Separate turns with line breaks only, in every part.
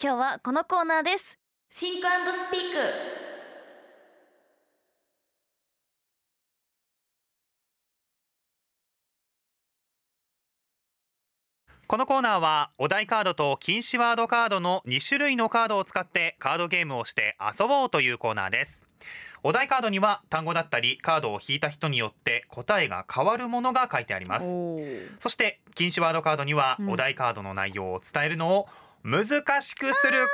今日はこのコーナーですシンクスピーク
このコーナーはお題カードと禁止ワードカードの2種類のカードを使ってカードゲームをして遊ぼうというコーナーですお題カードには単語だったりカードを引いた人によって答えが変わるものが書いてあります
お
そして禁止ワードカードには
うん
お題カードの内容を伝えるのを難しくする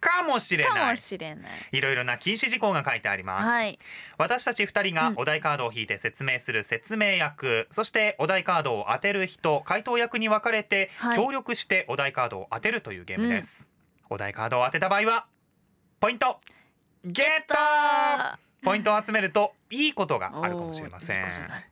かもしれ
か
な
も
い
しれない
いろいろな禁止事項が書いてあります、
はい
私たち2人
う
が
ん
お題カードを引いて説明する説明役、そしてお題カードを当てる人回答役に分かれて、
はい
協力してお題カードを当てるというゲームです、お題カードを当てた場合はポイントゲット
あ
ポイントを集めるといいことが
ー
あるかもしれません
おーいいことがある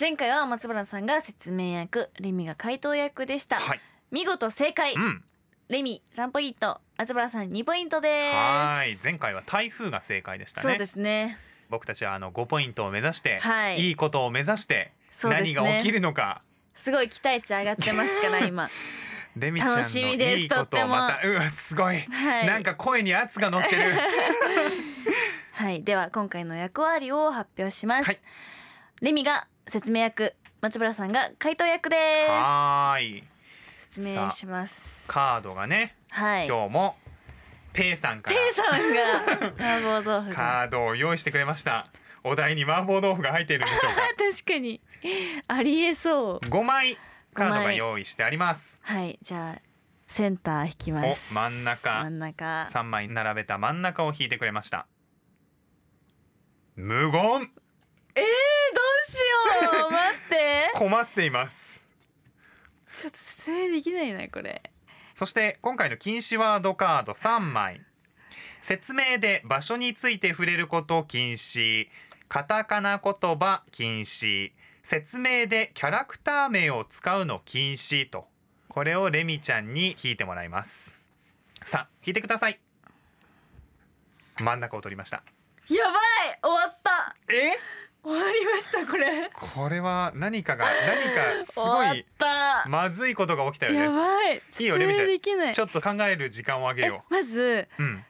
前回は松原さんが説明役レミが回答役でした、
はい、
見事正解
うん、
レミ3ポイント松原さん2ポイントです
はい前回は台風が正解でした
そうで
ね
すね
僕たちはあの5ポイントを目指して、
はい
い、いことを目指して
そうです
何
ね
が起きるのか
すごい期待値上がってますから 今
レミちゃん
楽しみ
の
です
いいこと
って
とを
も
またうわすごい
はい
なんか声に圧が 乗ってる。
はい、では今回の役割を発表します。
はい
レミが説明役、松村さんが回答役で
はーい。
す。説明します。
カードがね、
はい。
今日もペイさんか
ペ
ら
イさん が麻婆豆腐が。
カードを用意してくれました。お題に麻婆豆腐が入っているんでしょ うか。
確かにありえそう。
5枚カード
五
が
枚
用意してあります。
はい、じゃあセンター引きま
お、
す。
真
真
ん中
ん中。
3枚並べた真ん中を引いてくれました。
え
無言
ー、どうしよう。待 って。
困っています。
ちょっと説明できないなこれ。
そして今回の禁止ワードカード3枚説明で場所について触れること禁止カタカナ言葉禁止説明でキャラクター名を使うの禁止とこれをレミちゃんに引いてもらいますさあ引いてください真ん中を取りました
やばい、終わった。
え
終わりましたこれ。
これは何かが何かすご
終わっ
い
た。
まずいことが起きたよう
や
で
ばい。
いいよレミちゃん
できない。
すちょっと考える時間をあげよ
えまず
ううん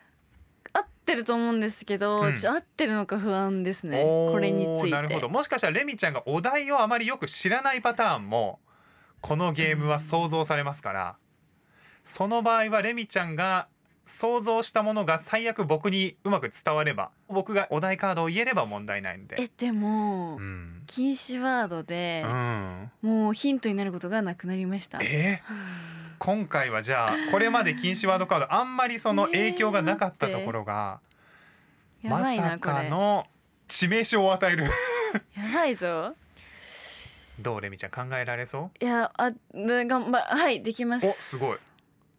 合ってると思うんですけど、
うん
ちょ合ってるのか不安ですね。
おー
これについて。
なるほどもしかしたらレミちゃんがお題をあまりよく知らないパターンもこのゲームは想像されますから、その場合はレミちゃんが想像したものが最悪僕にうまく伝われば僕がお題カードを言えれば問題ないんで
えでも、
うん、
禁止ワード
う
で、
ん、
もうヒントになることがなくなりました。
え今回はじゃあこれまで禁止ワードカードあんまりその影響がなかったところが、
や
ま
ばい
さ
なこ
か
れ。
の致命傷を与える
やばいぞ。
どうレミちゃん考えられそう
いやあな頑張はいできます。
おすごい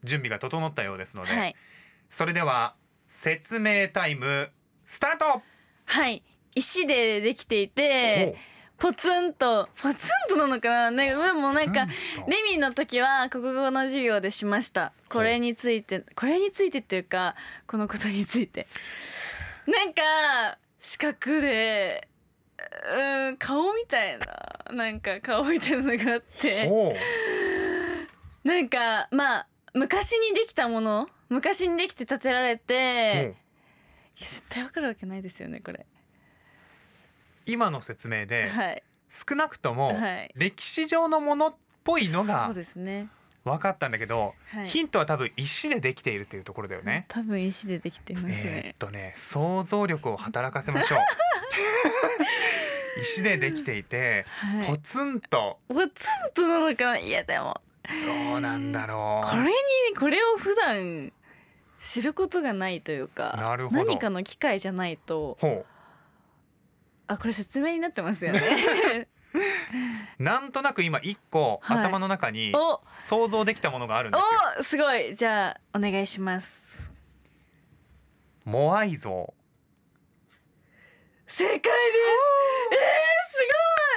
準備が整ったようですので、
はい
それでは説明タイムスタート、
はい石でできていてポツンとポツンとなのかなね上もなんかレミの時は国語の授業でしましたこれについてこれについてっていうかこのことについてなんか四角でうん顔みたいななんか顔みたいなのがあっ
お
て
お
なんかまあ昔にできたもの昔にできて建てられていや絶対わかるわけないですよねこれ
今の説明で、
はい
少なくとも
はい
歴史上のものっぽいの
そ
が
うですね
分かったんだけど、
はい
ヒントは多分石でできているというところだよね。
多分石でできてます
えーっ
ね
とね想像力を働か せましょう石でできていて
は
ポ
い
ツンと
ポツンとなのかないやでも
どうなんだろ
こ
う
れにこれを普段知ることがないというか
なるほど
何かの機会じゃないと
ほう
あこれ説明になってますよ ね
なんとなく今一個
はい
頭の中に
お
想像できたものがあるんですよ、
おすごいじゃあお願いします
モアイ像
正解ですえー、す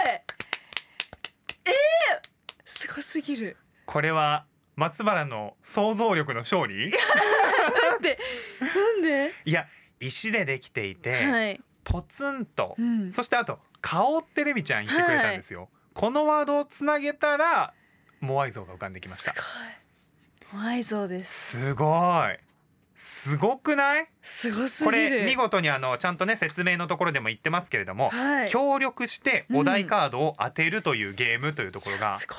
ごいえー、すごすぎる
これは松原の想像力の勝利
なんでなんで、
いや石でできていて、
はい、
ポツンと、
うん、
そしてあと顔ってレミちゃん言ってくれたんですよ、このワードをつなげたらモアイ像が浮かんできました
す怖いそうです
すごいすごくない
すごすぎる
これ見事にあのちゃんとね説明のところでも言ってますけれども、
はい
協力してお題カードを当てるというゲームというところが
すごい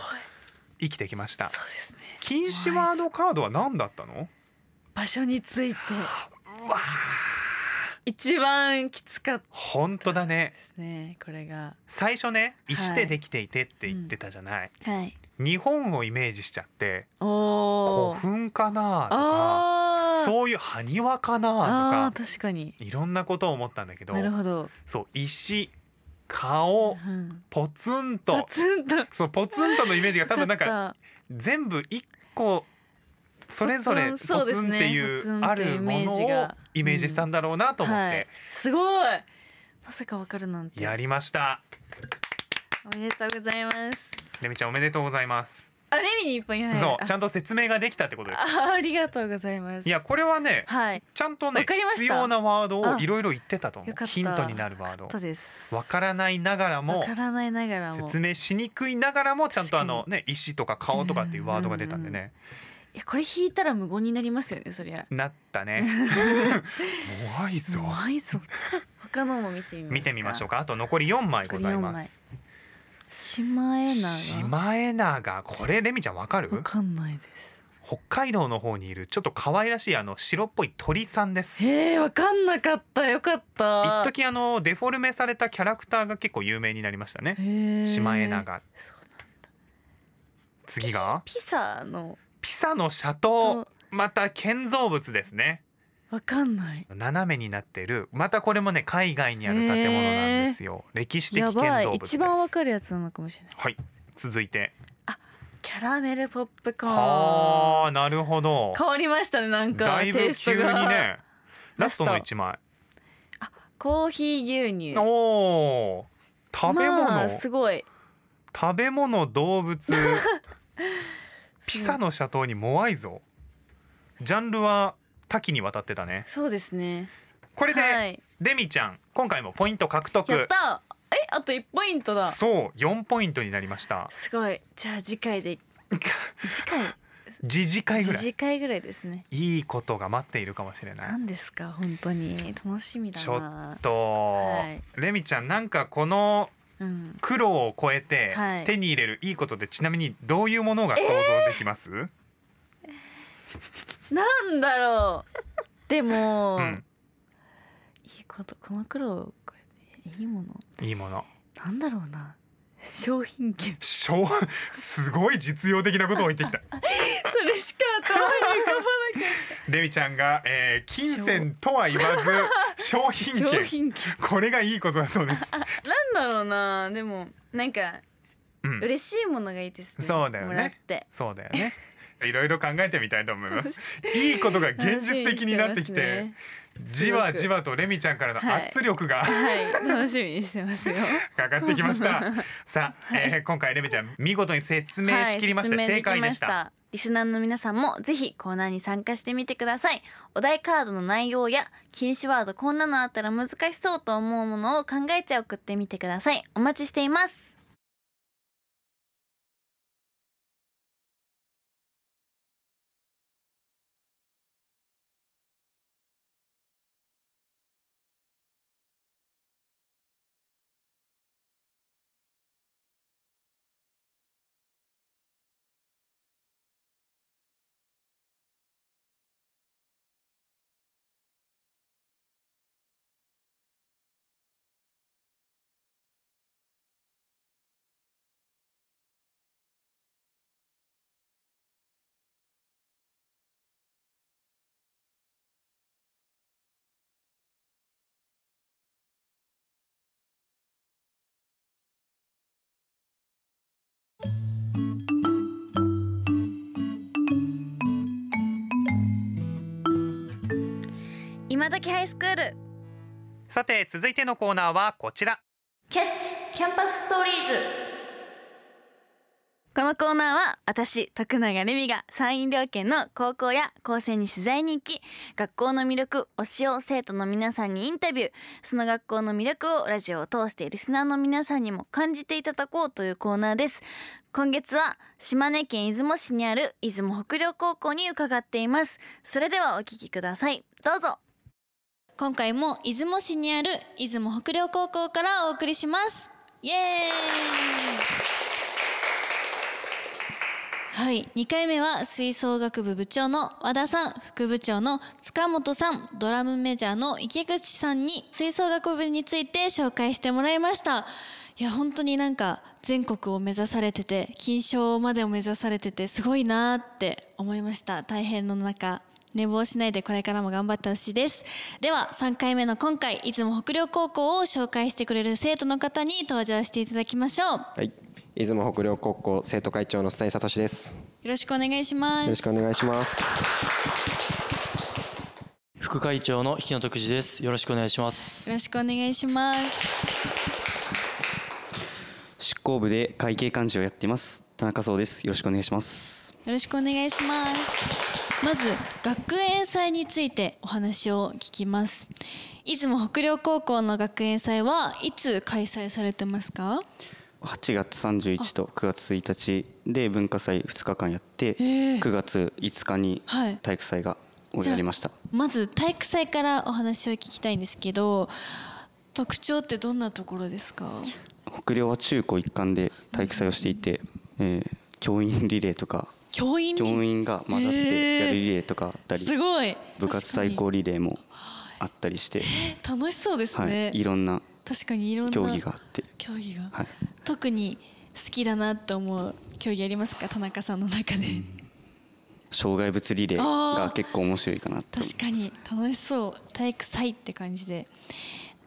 生きてきました、
そうですね
禁止ワードカードは何だったの
場所について
うわー
一番きつかった
本当だね
ですねこれが
最初ね
はい
石でできていてって言ってたじゃない、
はい
日本をイメージしちゃって
お
古
お
墳かなとか
あー
そういう埴輪か
あ
な
ー
とか
確かに
いろんなことを思ったんだけど
なるほど、
そう石顔
うん、
ポツン
ポ
と
ツンと
そうポツンとのイメージが多分なんか
あっ
全部一個それぞれ
ポ
ポ
ツン
ツ
そうです
ンっ
ね
てい
ポツン
う
っ
あ
ていう
るも
イメー
のを
ジが
イメージしたんだろうなと
た
思っ
はい
て、
すごいまさかわかるなんて
やりました。
おめでとうございます
レミちゃんおめでとうございます。
あレミに一本入る
そうち
ゃ
ゃんと説明ができたってことです。
あありがとうございます
いやこれはね
はい
ちゃんとね
わかりました
必要なワードをいろいろ言ってたと思
よかっ
う。
た
ヒントになるワー
そ
ド
う。です
わからないながら
わ
も
からないながらも
説明しにくいながらもちゃんと
確
あ
かに
のね石とか顔とかっていうワードが出たんでね。
いやこれ引いたら無言になりますよねそりゃ
なっ たね。怖いぞ。
怖いぞ他のも見てみますか
見てみましょうか。あと残り四枚ございます。
シマエナ
シ
ガ
マエナガこれレミちゃんわかる
わかんないです
北海道の方にいるちょっと可愛らしいあの白っぽい鳥さんです
ええわかんなかったよかった
一時あのデフォルメされたキャラクターが結構有名になりましたねシ
シ
マエナガ
そうなんだ
次が
ピサの
ピサの斜塔また建造物ですね
わかんない
斜めになっているまたこれもね海外にある建物なんですよ歴史的
や
建造
ばい
物です
一番わかるやつなのかもしれない
はい続いて
キャラメルポップコ
は
ー
あ
ン
なるほど
変わりましたねなんか
だい
テイ
ぶ
スト
急に
が
ねラストの
ラスト
一枚
コーヒー牛乳
おー食べ物、
まあ、すごい
食べ物動 物ピサの斜塔にモアイ像ジャンルは多岐にわたってたね
そうですね
これで、
はい
レミちゃん今回もポイント獲
やっ
得
たえあと1ポイントだ
そう4ポイントになりました
すごいじゃあ次回で次回
自治会ぐらい
次回ぐらいですね
いいことが待っているかもしれない
何ですか本当に楽しみだ
ちょ
な
と、
は
レミちゃんなんかこの
うん
苦労を超えて
はい
手に入れるいいことでちなみにどういうものが想像できます、
なんだろうでも、
うん
いいことこの苦労これいいもの
いいもの
なんだろうな商品 券
しょうすごい実用的なことを言ってきた
それしか頭に浮かばな
レミちゃんが、えー金銭とは言わ ず商品
い商
券
品券
これがいいことだそ うです。
なんだろうなでもなんか
うん、
嬉しいものがいいですね
そうだよね
もらって
そうだよ ね。いろいろ考えてみたいと思います。いいことが現実的になってきて、じわじわとレミちゃんからの圧力が、
はい、楽しみにしてますよ。
かかってき ました。さあ、えー今回レミちゃん見事に説明しきりました、
はい
正解でし。
説明きま
た。
リスナーの皆さんもぜひコーナーに参加してみてください。お題カードの内容や禁止ワードこんなのあったら難しそうと思うものを考えて送ってみてください。お待ちしています。今時ハイスクール
さて続いてのコーナーはこちら。
キャッチキャンパスストーリーズ。このコーナーは私徳永レミが山陰両県の高校や高専に取材に行き学校の魅力推しを生徒の皆さんにインタビューその学校の魅力をラジオを通してリスナーの皆さんにも感じていただこうというコーナーです今月は島根県出雲市にある出雲北陵高校に伺っていますそれではお聞きくださいどうぞ今回も出雲市にある出雲北陵高校からお送りしますイエーイはい2回目は吹奏楽部部長の和田さん副部長の塚本さんドラムメジャーの池口さんに吹奏楽部について紹介してもらいましたいや本当になんか全国を目指されてて金賞までを目指されててすごいなーって思いました大変の中寝坊しないでこれからも頑張ってほしいですでは3回目の今回出雲北陵高校を紹介してくれる生徒の方に登場していただきましょうよ
はい、出雲北陵高校生徒会長の須井聡です。よ
ろしくお願いします
ろしくお願いします。
副会長の日野徳次です。よろしくお願いします。
よろしくお願いします
執行部で会計幹事をやっています田中壮ですよろしくお願いします
よろしくお願いしますまず学園祭についてお話を聞きます出雲北陵高校の学園祭はいつ開催されてますか
8月31と9月1日で文化祭2日間やって9月5日に
はい
体育祭がをやりました、
まず体育祭からお話を聞きたいんですけど特徴ってどんなところですか
北陵は中高一貫で体育祭をしていて、えー教員リレーとか
教員
教員が混ざってやるリレーとかあったり、
すごい
部活対抗リレーもあったりして、
確かに楽しそうです
はい
ね、、
いろんな
確かにいろんな
競技があって、
競技が
はい、
特に好きだなと思う競技ありますか田中さんの中で
障害物リレーが結構面白いかなと思います
確かに楽しそう体育祭って感じで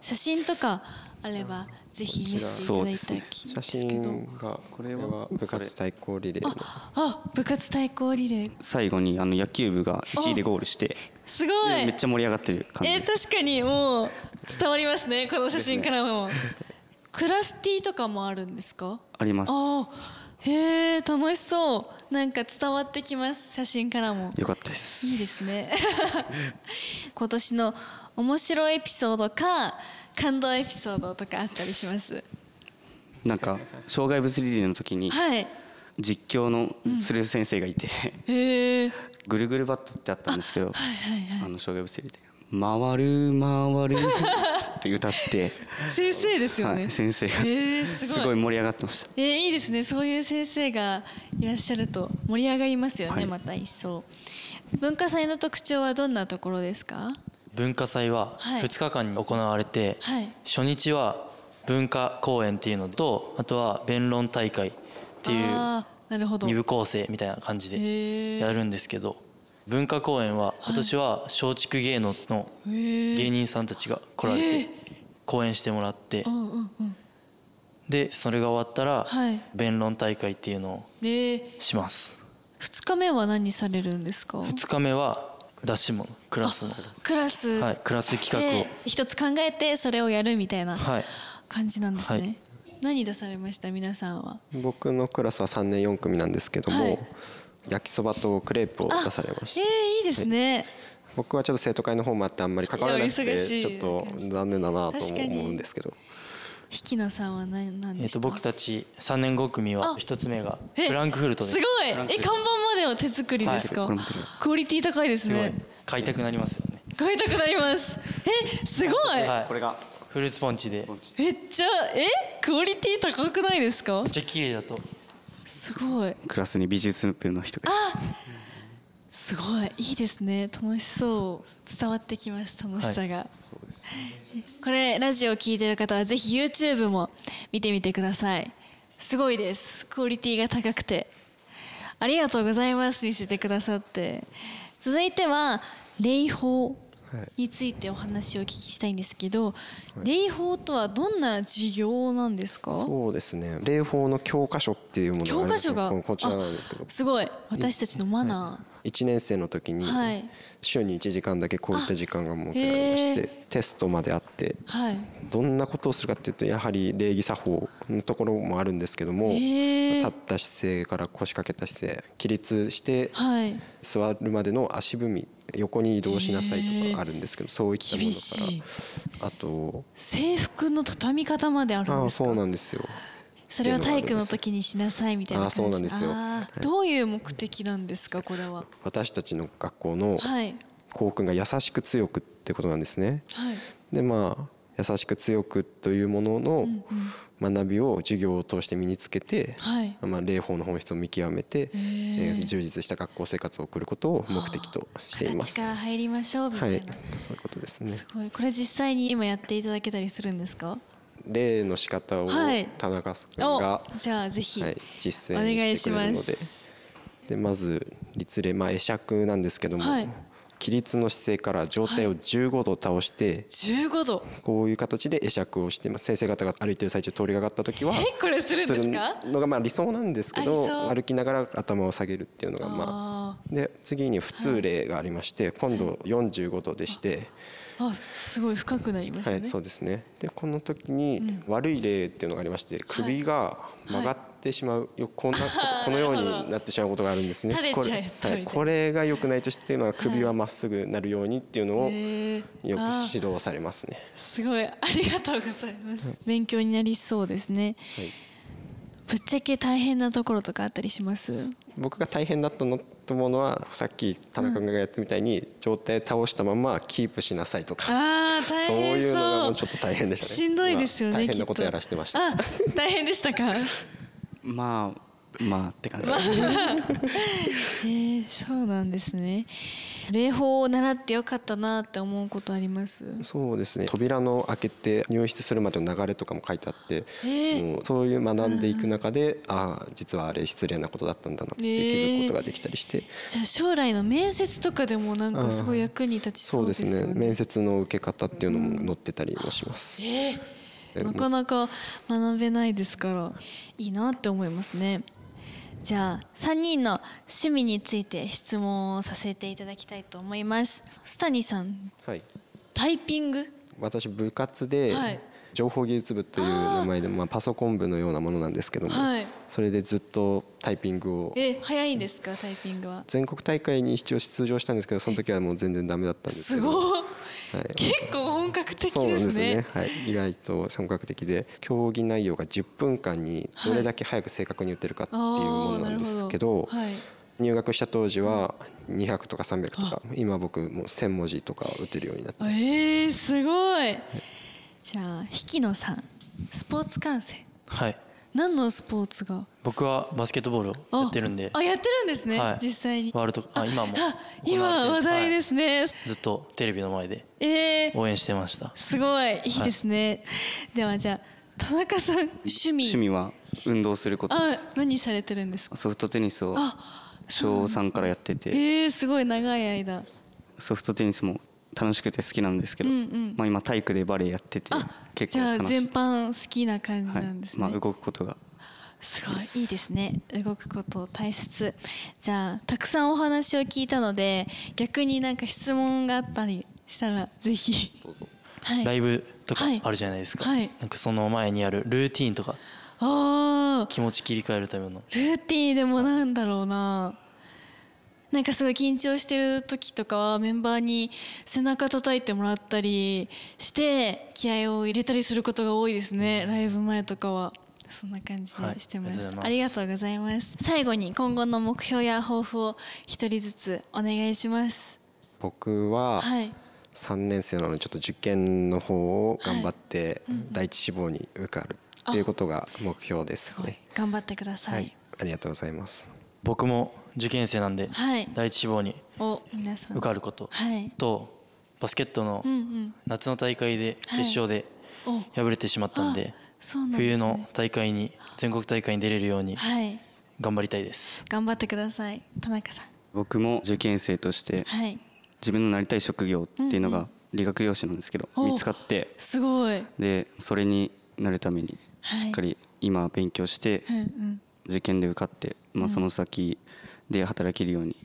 写真とかあればぜひ見せていただきたいんで
写
すけど
真がこれは部活対抗リレーの
あ部活対抗リレー
最後にあの野球部が1位でゴールして
すごい
めっちゃ盛り上がってる感じ
え
で
ー
す、
確かにもう伝わりますねこの写真からも、クラスティとかもあるんですか
ありますよ
あーへえ楽しそうなんか伝わってきます写真からも
かったです
いいですね 今年の面白いエピソードか感動エピソードとかあったりします
なんか障害物リレーの時に
はい
実況のする先生がいて、
へえ
ぐるぐるバットってあったんですけどあ,、
はいはい
の障害物リレーで「回る回る」 って歌って、
先生ですよ
は
ね、
い、先生が
へえすごい
すごい盛り上がってました
えーいいですねそういう先生がいらっしゃると盛り上がりますよね、
はい
また一層文化祭の特徴はどんなところですか
文化祭は
はい
2日間に行われて、
はい
初日は文化公演っていうのと、あとは弁論大会っていう
あーなるほど
二部構成みたいな感じで
へ
やるんですけど、文化公演は今年は松竹芸能の芸人さんたちが来られて公演してもらって、
うんうんうん
でそれが終わったら
はい
弁論大会っていうのを
で
します。
2日目は何されるんですか
2日目は出し物クラスの
クラス
はい、クラス企画を
で一つ考えてそれをやるみたいな
はい
感じなんですね、
はい
何出されました皆さんは
僕のクラスは3年4組なんですけども、
はい
焼きそばとクレープを出されまし
え
た
ー、いいですね、
僕はちょっと生徒会の方もあってあんまり関われなく
いや
て
忙しい
ちょっと残念だなと
確
も
かに
思うんですけど
ひきなさんは何何
え
で
っ
した
と僕たち3年5組は1つ目が
え
フランクフルトです
ごいえ看板までは手作りですか、
はいこれも手作り
クオリティ高いですね
すごい買いたくなりますよね
買いたくなりますえすごい、
はい
これが
フルーツポンチでめっ
めっちゃえクオリティ高くないですか
ちゃ綺麗だと
すごい
クラスに美術部の人が
すごいいいですね楽しそう伝わってきます楽しさが、これラジオを聞いてる方はぜひ YouTube も見てみてくださいすごいですクオリティが高くてありがとうございます見せてくださって続いては礼法
はい
についてお話をお聞きしたいんですけど、礼法とはどんな授業なんですか
そうですね礼法の教科書っていうものが
教
あるん
科
です
書
けど
が
ここちらなんですけ
あ
ど
すごい私たちのマナー
1年生の時に
はい
週に1時間だけこういった時間が設けられまし
あへ
てテストまであって
はい
どんなことをするかっていうとやはり礼儀作法のところもあるんですけども立
へえ
った姿勢から腰掛けた姿勢起立して
はい
座るまでの足踏み横に移動しなさいとかあるんですけどそういったも
厳し
の
い
からあと
制服の畳み方まであるん
あ
で
あ
す
そう
か
なんですよ
それを体育の時にしなさいみたいな感じ
あそうなんですよ
あーどういう目的なんですかこれは
私たちの学校の
はい
校訓が優しく強くってことなんですね。
はい
でまあ優しく強くというものの学びを授業を通して身につけて、
はい
まあ、礼法の本質を見極めて、え
ー
ー充実した学校生活を送ることを目的としていま
形
す。
か
は
ら入りましょう
い、
み
そ
た
う
い
い
な、
うことですね。
すごいこれ実際に今やっていただけたりするんですか
礼の仕方を
はい
田中さんが、
お
は
じゃあぜ
い
ひ、
実
お
践
願い
し
し
てくれる
ま
のですでまず立礼、まあ、会釈なんですけども、
はい
起立の姿勢から上体を15度倒して、
15度
こういう形で会釈をしてます先生方が歩いてる最中通りがかった時は
えこれするんですか
のがまあ理想なんですけ
あ
ど
理想
歩きながら頭を下げるっていうのがまあ
あ
で次に普通例がありまして今度45度でして
ーあすごい深くなりました
は
ね、
いそうですねでこの時に悪い例っていうのがありまして首が曲がってしまうよこんなこと このようになってしまうことがあるんですね
垂れ
こ
ちゃ
れ
う垂れ
は
て
いこれが良くないとしてまあ首はまっすぐなるようにっていうのを
へー
よく
あー
指導されますね
すごいありがとうございます勉強になりそうですね、
い
ぶっちゃけ大変なところとかあったりします
僕が大変だったのと思うのはさっき田中君がやったみたいに状態倒したままキープしなさいとか、
あー大
そ
変そ
う
う
いうのがもうちょっと大変でしたね
しんどいですよね
まあ大
きっ
変なことやらしてました
あ大変でしたかへ
まあまあって感じです
えそうなんですね礼法を習ってよかったなって思うことあります
そうですね扉の開けて入室するまでの流れとかも書いてあって、
ー
もうそういう学んでいく中で、ああ実はあれ失礼なことだったんだなって気づくことができたりして、
じゃあ将来の面接とかでもなんかすごい役に立ち
そ
そう
うで
ですす
ね
よね
面接の受け方っていうのも載ってたりもします、
なかなか学べないですからいいなって思いますねじゃあ3人の趣味について質問をさせていただきたいと思います須谷さん
はい
タイピング
私部活で
はい
情報技術部という名前でまあパソコン部のようなものなんですけども
はい
それでずっとタイピングを
え早いんですかタイピングは
全国大会に一応出場したんですけどその時はもう全然ダメだったんです
す
け
ご
ど
い、
はい
結構本格的
そうなん
で
ですす
ね
ね、はい、意外と本格的で競技内容が10分間にどれだけ早く正確に打てるかっていうものなんですけど
あーなるほどはい
入学した当時は200とか300とか今僕もう1000文字とか打てるようになってます
えー、すごいじゃあ引野さんスポーツ観戦
はい
何のスポーツが
僕はバスケットボールをやってるんで
あやってるんですね、
はい
実際に
ワールドあ今も
あ
行われて
今
るん
話題ですすね、
はいずっとテレビの前で
えー、
応援してました
すごいいいですね、ではじゃあ田中さん趣味
趣味は運動すること
あ何されてるんですか
ソフトテニスを
あ
小3からやってて
えー、すごい長い間
ソフトテニスも楽しくて好きなんですけど、
うんうん
まあ、今体育でバレエやってて
あじ
結構
ゃあ
楽しい
全般好きな感じ
はい
なんですね、
まあ、動くことが
すごいいいですね動くこと大切じゃあたくさんお話を聞いたので逆になんか質問があったりしたらぜひどうぞはい
ライブとか
はい
あるじゃないですか、
はい
なんかその前にあるルーティンとか
あー
気持ち切り替えるため
ル
の
ーティンでもなんだろうななんかすごい緊張してる時とかはメンバーに背中叩いてもらったりして気合を入れたりすることが多いですねライブ前とかはそんな感じでしてま
はいありがと
す、ありがと
うございます
うございます最後に今後の目標や抱負を一人ずつお願いします
僕は
はい
3年生なのでちょっと受験の方を頑張って第一志望に受かるっていうことが目標ですす
ごい
ね
頑張ってくださ
はいい、ありがとうございます
僕も受験生なんで、
はい、
第一志望に
お皆さん
受かること、
はい
とバスケットの
うんうん
夏の大会で決勝で
お
敗れてしまったんで,、
あそうなんで
冬
すね
の大会に全国大会に出れるように
はい
頑張りたいです
頑張ってください田中さん
僕も受験生として
はい
自分のなりたい職業っていうの
うんう
が理学療師なんですけど
お
見つかって
すごい
でそれになるために
はい
しっかり今勉強して
うんうん
受験で受かってまあその先で働けるように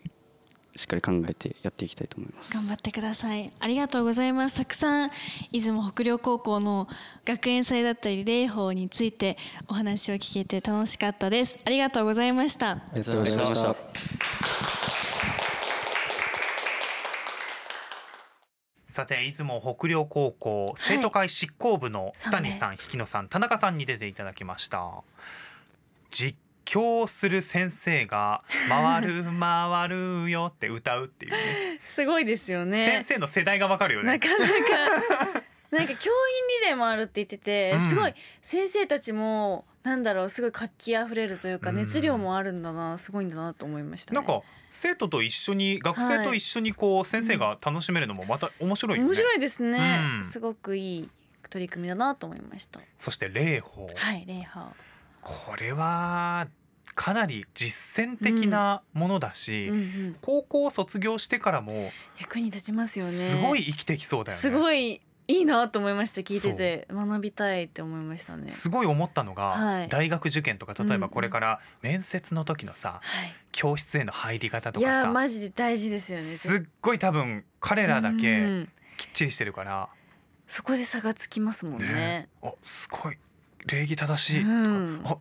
しっかり考えてやっていきたいと思います
頑張ってくださいありがとうございますたくさん出雲北陵高校の学園祭だったり礼法についてお話を聞けて楽しかったですありがとうございました
ありがとうございました
さて出雲北陵高校生徒会執行部の須谷さん、引野さん田中さんに出ていただきました実況する先生が「回る回るよ」って歌うっていうね、
すごいですよ
先
ね
生の世代がわかるよ
な
ね
かなかなんか教 員リレーもあるって言ってて、
うん
すごい先生たちもなんだろうすごい活気あふれるというか
うん
熱量もあるんだなすごいんだなと思いました、ね、
なんか生徒と一緒に学生と一緒にこう先生が楽しめるのもまた面白いよね、
面白いですね、
うん
すごくいい取り組みだなと思いました
そして霊法
はい礼拝
これはかなり実践的なものだし、
うんうん
高校を卒業してからも
役に立ちますよね
すごい生きてきそうだよね
すごいいいなと思いました聞いてて学びたいって思いましたね
すごい思ったのが、
はい
大学受験とか例えばこれから面接の時のさ、
はい
教室への入り方と
い
か
や
さ、
マジで大事ですよね
すっごい多分彼らだ
う
け
ん
きっちりしてるから、
そこで差がつきますもんね
ねあすごい礼儀正しい、
うん
とか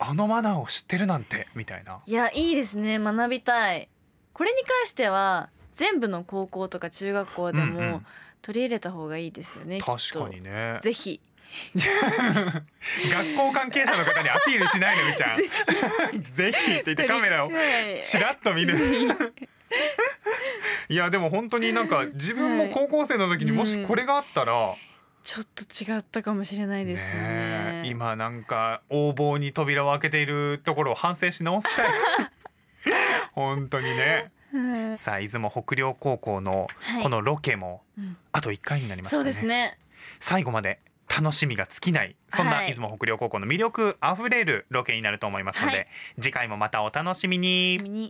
ああのマナーを知ってるなんてみたいな。
いやいいですね学びたいこれに関しては全部の高校とか中学校で
うんう
も
ん
取り入れた方がいいですよね、きっ
確
と
かにね
ぜひ
学校関係者の方にアピールしないでみちゃんぜひって言ってカメラをちらっと見るいやでも本当になんか自分も高校生の時にもしこれがあったら、
ちょっと違ったかもしれないですよね
ねえ今なんか横暴に扉を開けているところを反省し 直したい本当にね
うん
さあ出雲北陵高校の
はい
このロケも
うん
あと1回になりました
そうですね
最後まで楽しみが尽きないそん
は
ない出雲北陵高校の魅力あふれるロケになると思いますので、
はい
次回もまたお楽しみ
楽
に
しみに